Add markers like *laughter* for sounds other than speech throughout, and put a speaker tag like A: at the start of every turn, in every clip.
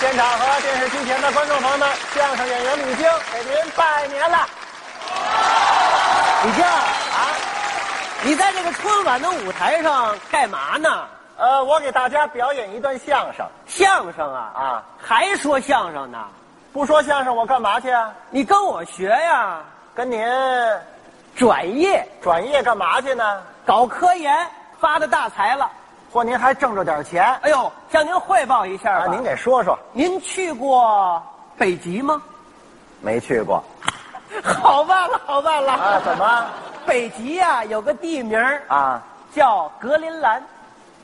A: 现场和电视机前的观众朋友们，相声演员李菁给您拜年了。
B: 李静，
A: 啊，
B: 你在这个春晚的舞台上干嘛呢？
A: 呃，我给大家表演一段相声
B: 相声啊，
A: 啊。
B: 还说相声呢？
A: 不说相声，我干嘛去啊？
B: 你跟我学呀，
A: 跟您
B: 转业
A: 转业干嘛去呢？
B: 搞科研，发的大财了。
A: 或您还挣着点钱
B: 哎呦，向您汇报一下
A: 啊？
B: 吧。
A: 您给说说。
B: 您去过北极吗？
A: 没去过
B: 好办了，好办了。
A: 啊？怎么
B: 北极呀、有个地名儿
A: 啊？
B: 叫格林兰，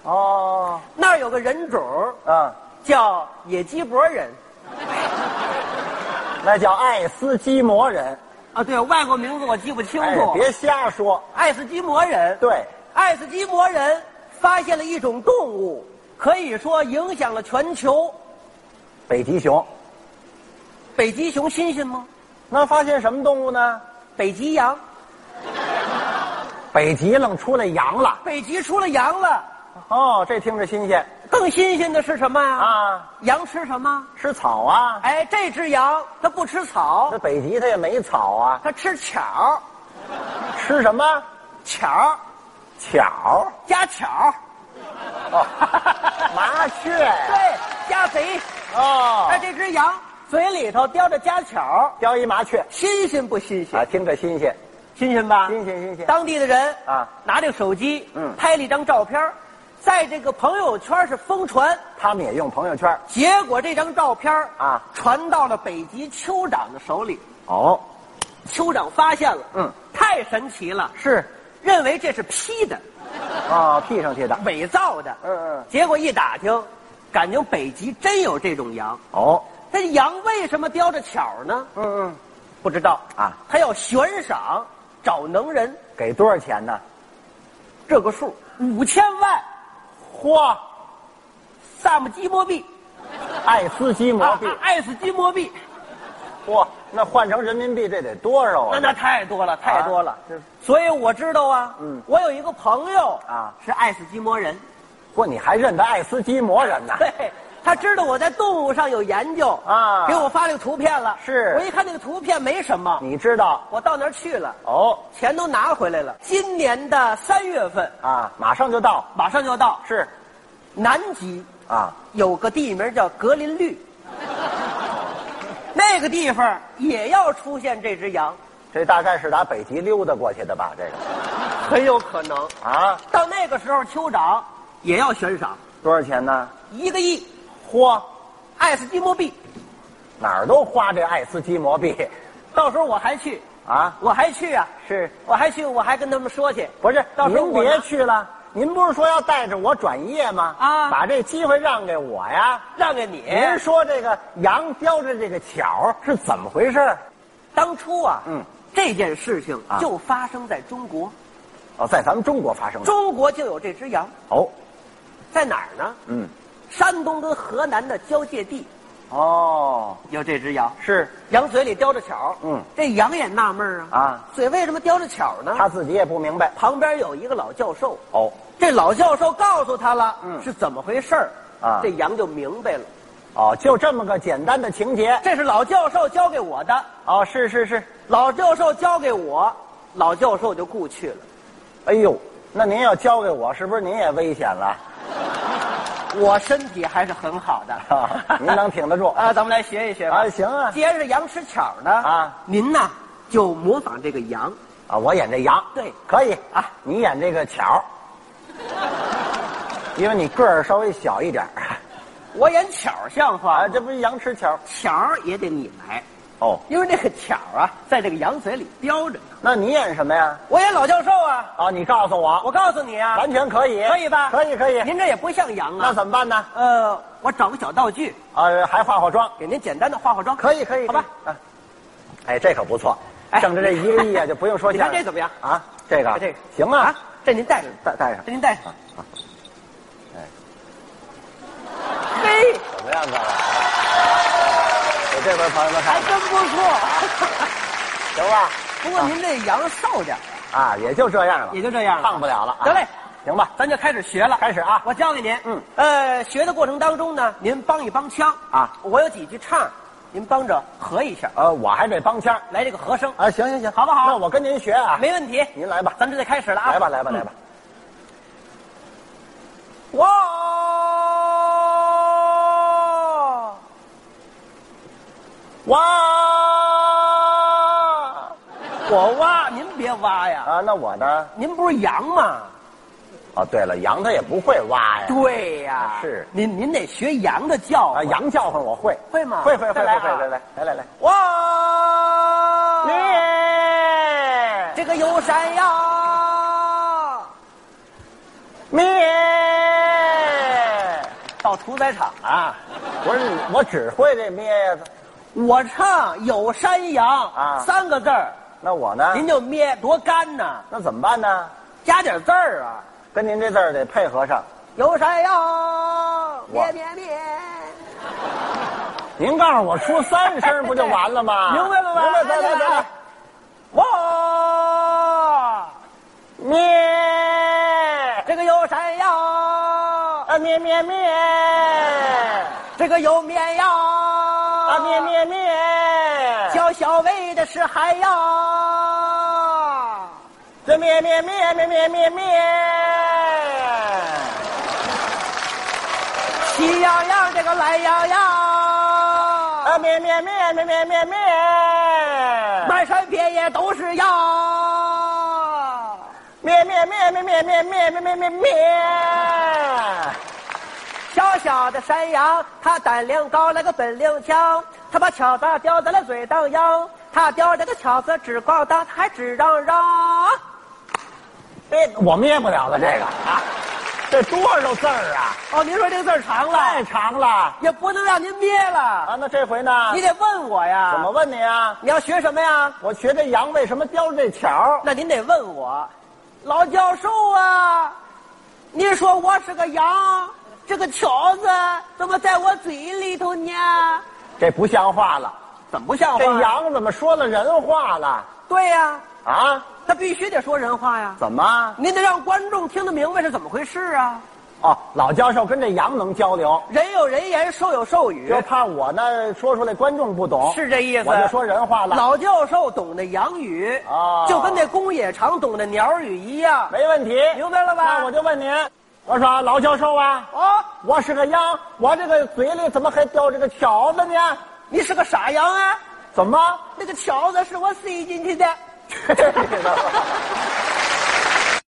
A: 哦，
B: 那儿有个人种儿
A: 嗯，
B: 叫野鸡脖人
A: 那叫爱斯基摩人。
B: 啊，对，外国名字我记不清
A: 哎
B: 楚。，
A: 别瞎说。
B: 爱斯基摩人，
A: 对，
B: 爱斯基摩人发现了一种动物，可以说影响了全球。
A: 北极熊。
B: 北极熊新鲜吗？
A: 那发现什么动物呢？
B: 北极羊，
A: 北极愣出来羊了。
B: 北极出了羊了。
A: 哦，这听着新鲜
B: 更新鲜的是什么呀？，
A: 啊！
B: 羊吃什么？
A: 吃草啊？
B: 哎，这只羊它不吃草
A: 那，北极它也没草啊，
B: 它吃巧
A: 吃什么？
B: 巧
A: 巧
B: 加巧，
A: 哦，麻雀
B: 对，加贼。
A: 哦
B: 哎，，这只羊嘴里头叼着家巧，
A: 叼一麻雀
B: 新鲜不新鲜？
A: 啊，听着新鲜，
B: 新鲜吧？
A: 新鲜新鲜。
B: 当地的人
A: 啊，
B: 拿这个手机，
A: 嗯
B: 拍了一张照片儿，在这个朋友圈是疯传。
A: 他们也用朋友圈
B: 结果这张照片儿
A: 啊
B: 传到了北极酋长的手里，
A: 哦，
B: 酋长发现了，
A: 嗯，
B: 太神奇了，
A: 是
B: 认为这是 P 的、
A: 啊，P 上去的
B: 伪造的。
A: 嗯嗯
B: 结果一打听，感情北极真有这种羊。
A: 哦，
B: 这羊为什么叼着巧儿呢？
A: 嗯嗯，
B: 不知道
A: 啊，
B: 他要悬赏找能人，
A: 给多少钱呢？
B: 这个数五千万
A: 嚯，
B: 萨姆基摩币，
A: 爱斯基摩币
B: 啊啊爱斯基摩币，
A: 嚯，那换成人民币这得多少
B: 那
A: 啊？
B: 那太多了，太多了。
A: 是
B: 所以我知道啊，
A: 啊嗯
B: 我有一个朋友
A: 啊
B: 是爱斯基摩人，
A: 嚯，你还认得爱斯基摩人呢？
B: 对，他知道我在动物上有研究
A: 啊
B: 给我发这个图片了。
A: 是
B: 我一看那个图片没什么，
A: 你知道
B: 我到那儿去了，
A: 哦
B: 钱都拿回来了。今年的三月份
A: 啊，马上就到
B: 马上就到
A: 是
B: 南极，
A: 啊，
B: 有个地名叫格林绿， *laughs* 那个地方也要出现这只羊，
A: 这大概是打北极溜达过去的吧？这个
B: 很有可能。
A: 啊，
B: 到那个时候，酋长也要悬赏
A: 多少钱呢？
B: 一个亿
A: 嚯，
B: 爱斯基摩币。
A: 哪儿都花这爱斯基摩币
B: 到时候我还去，
A: 啊！
B: 我还去啊，
A: 是
B: 我还去，我还跟他们说去。
A: 不是？
B: 到时候
A: 您
B: 我
A: 别
B: 拿
A: 去了，您不是说要带着我转业吗？
B: 啊哎
A: 把这机会让给我呀！
B: 让给你。
A: 您说这个羊叼着这个巧是怎么回事儿？
B: 当初啊，
A: 嗯，
B: 这件事情
A: 啊
B: 就发生在中国，
A: 哦，在咱们中国发生的
B: 中国就有这只羊，
A: 哦，
B: 在哪儿呢？
A: 嗯，
B: 山东跟河南的交界地
A: 哦，
B: 有这只羊。
A: 是
B: 羊嘴里叼着巧，
A: 嗯，
B: 这羊也纳闷儿啊，
A: 啊，
B: 嘴为什么叼着巧呢？
A: 他自己也不明白
B: 旁边有一个老教授，
A: 哦
B: 这老教授告诉他了，
A: 嗯
B: 是怎么回事儿
A: 啊
B: 这羊就明白了，
A: 哦，就这么个简单的情节
B: 这是老教授教给我的，
A: 哦，是是是，
B: 老教授教给我，老教授就故去了。
A: 哎呦，那您要交给我，是不是您也危险了？
B: 我身体还是很好的， *laughs*
A: 啊 *laughs* 您能挺得住
B: 啊？咱们来学一学吧。
A: 啊，行啊
B: 既然是羊吃巧呢，
A: 啊，
B: 您呐就模仿这个羊，
A: 啊，我演这羊，
B: 对
A: 可以
B: 啊，
A: 你演这个 *laughs* 巧，因为你个儿稍微小一点儿
B: 我演巧像话
A: 啊，
B: 吗，
A: 这不是羊吃巧
B: 巧也得你来，
A: 哦，
B: 因为这个巧啊，在这个羊嘴里叼着呢。
A: 那你演什么呀？
B: 我演老教授啊，
A: 啊，你告诉我，
B: *laughs* 我告诉你啊，
A: 完全可以，
B: 可以吧？
A: 可以可以，
B: 您这也不像羊
A: 那
B: 啊。
A: 怎么办呢？
B: 呃，我找个小道具，
A: 啊，还化化妆，
B: 给您简单的化化妆。
A: 可以可以，
B: 好吧
A: 可以，啊，哎，这可不错，
B: 哎
A: 挣着这一个 *laughs* 亿啊，就不用说
B: 你
A: 相
B: 看
A: 声
B: 这怎么样？
A: 啊，这个
B: 这个
A: 行啊，，
B: 这您带着，
A: 带带上
B: 这您带上。
A: 啊，哎
B: 嘿，
A: 怎么样，啊哎哥们儿？给这边朋友们看
B: 还
A: 看，
B: 真不错。 *laughs*
A: 行吧？
B: 不过您这羊瘦点儿，
A: 啊，也就这样了，
B: 也就这样了。
A: 胖不了了啊
B: 得嘞，
A: 行吧，
B: 咱就开始学了。
A: 开始啊
B: 我教给您。
A: 嗯，
B: 呃，学的过程当中呢，您帮一帮腔
A: 啊
B: 我有几句唱，您帮着和一下，
A: 呃，我还得帮腔儿。
B: 来这个和声，
A: 啊，行行行，
B: 好不好
A: 那我跟您学啊，
B: 没问题。
A: 您来吧，
B: 咱们这就开始了啊！
A: 来吧，来吧，来吧。
B: 嗯哇嗯
A: 哇
B: 我挖，您别挖呀！
A: 啊，那我呢？
B: 您不是羊吗？
A: 哦，对了，羊它也不会哇呀。
B: 对呀，
A: 是
B: 您您得学羊的叫
A: 啊，
B: 唤
A: 羊叫唤我会，
B: 会吗？
A: 会会会
B: 再
A: 会
B: 来啊啊
A: 会，来来来来来。
B: 哇！
A: 咩
B: 这个有山呀，
A: 咩
B: 到屠宰场，
A: 啊！不是，我只会这咩呀子。
B: 我唱有山羊
A: 啊
B: 三个字儿，
A: 那我呢？
B: 您就咩多干呐，
A: 那怎么办呢？
B: 加点字儿啊。
A: 跟您这字儿得配合上。
B: 有山羊，
A: 我
B: 咩咩咩，
A: 您告诉我说三声不就完了吗？
B: *laughs* 明白了吧？
A: 啊明白，来来来来。
B: 哇，
A: 咩
B: 这个有山羊，
A: 啊咩咩咩
B: 这个有绵羊，
A: 啊
B: 啊
A: 咩咩咩，
B: 小小喂的是海洋。
A: 这咩咩咩咩咩咩咩。
B: 喜羊羊这个懒羊羊，
A: 啊咩咩咩咩咩咩咩，
B: 满山遍野都是羊。
A: 咩咩咩咩咩咩咩咩咩咩咩，
B: 小小的山羊，它胆量高，那个本领强，它把巧子叼在了嘴当央，它叼着个巧子直咣当，它还直嚷嚷。
A: 这我灭不了的这个啊，这多少字儿啊，
B: 哦，您说这个字儿长
A: 太
B: 了，
A: 长了啊！
B: 也不能让您憋了，
A: 那这回呢？
B: 你得问我呀。
A: 怎么？问你啊？
B: 你要学什么呀？
A: 我学这羊为什么叼着这巧儿？
B: 那您得问我，老教授啊，您说我是个羊，这个条子怎么在我嘴里头呢？
A: 这不像话了！
B: 怎么不像
A: 这羊怎么说了人话了
B: 对呀、
A: 啊？
B: 他必须得说人话呀，
A: 怎么？
B: 您得让观众听得明白是怎么回事啊。
A: 哦，老教授跟这羊能交流，
B: 人有人言，兽有兽语
A: 就，怕我呢说出来观众不懂，
B: 是这意思。
A: 我就说人话了。
B: 老教授懂得洋语
A: 哦
B: 就跟那公野长懂得鸟语一样，
A: 没问题，
B: 明白了吧？
A: 那我就问您，我说老教授啊，
B: 哦，
A: 我是个羊，我这个嘴里怎么还叼着个条子呢？
B: 你是个傻羊啊？
A: 怎么？ *laughs*
B: 那个条子是我塞进去的。
A: 去你的吧！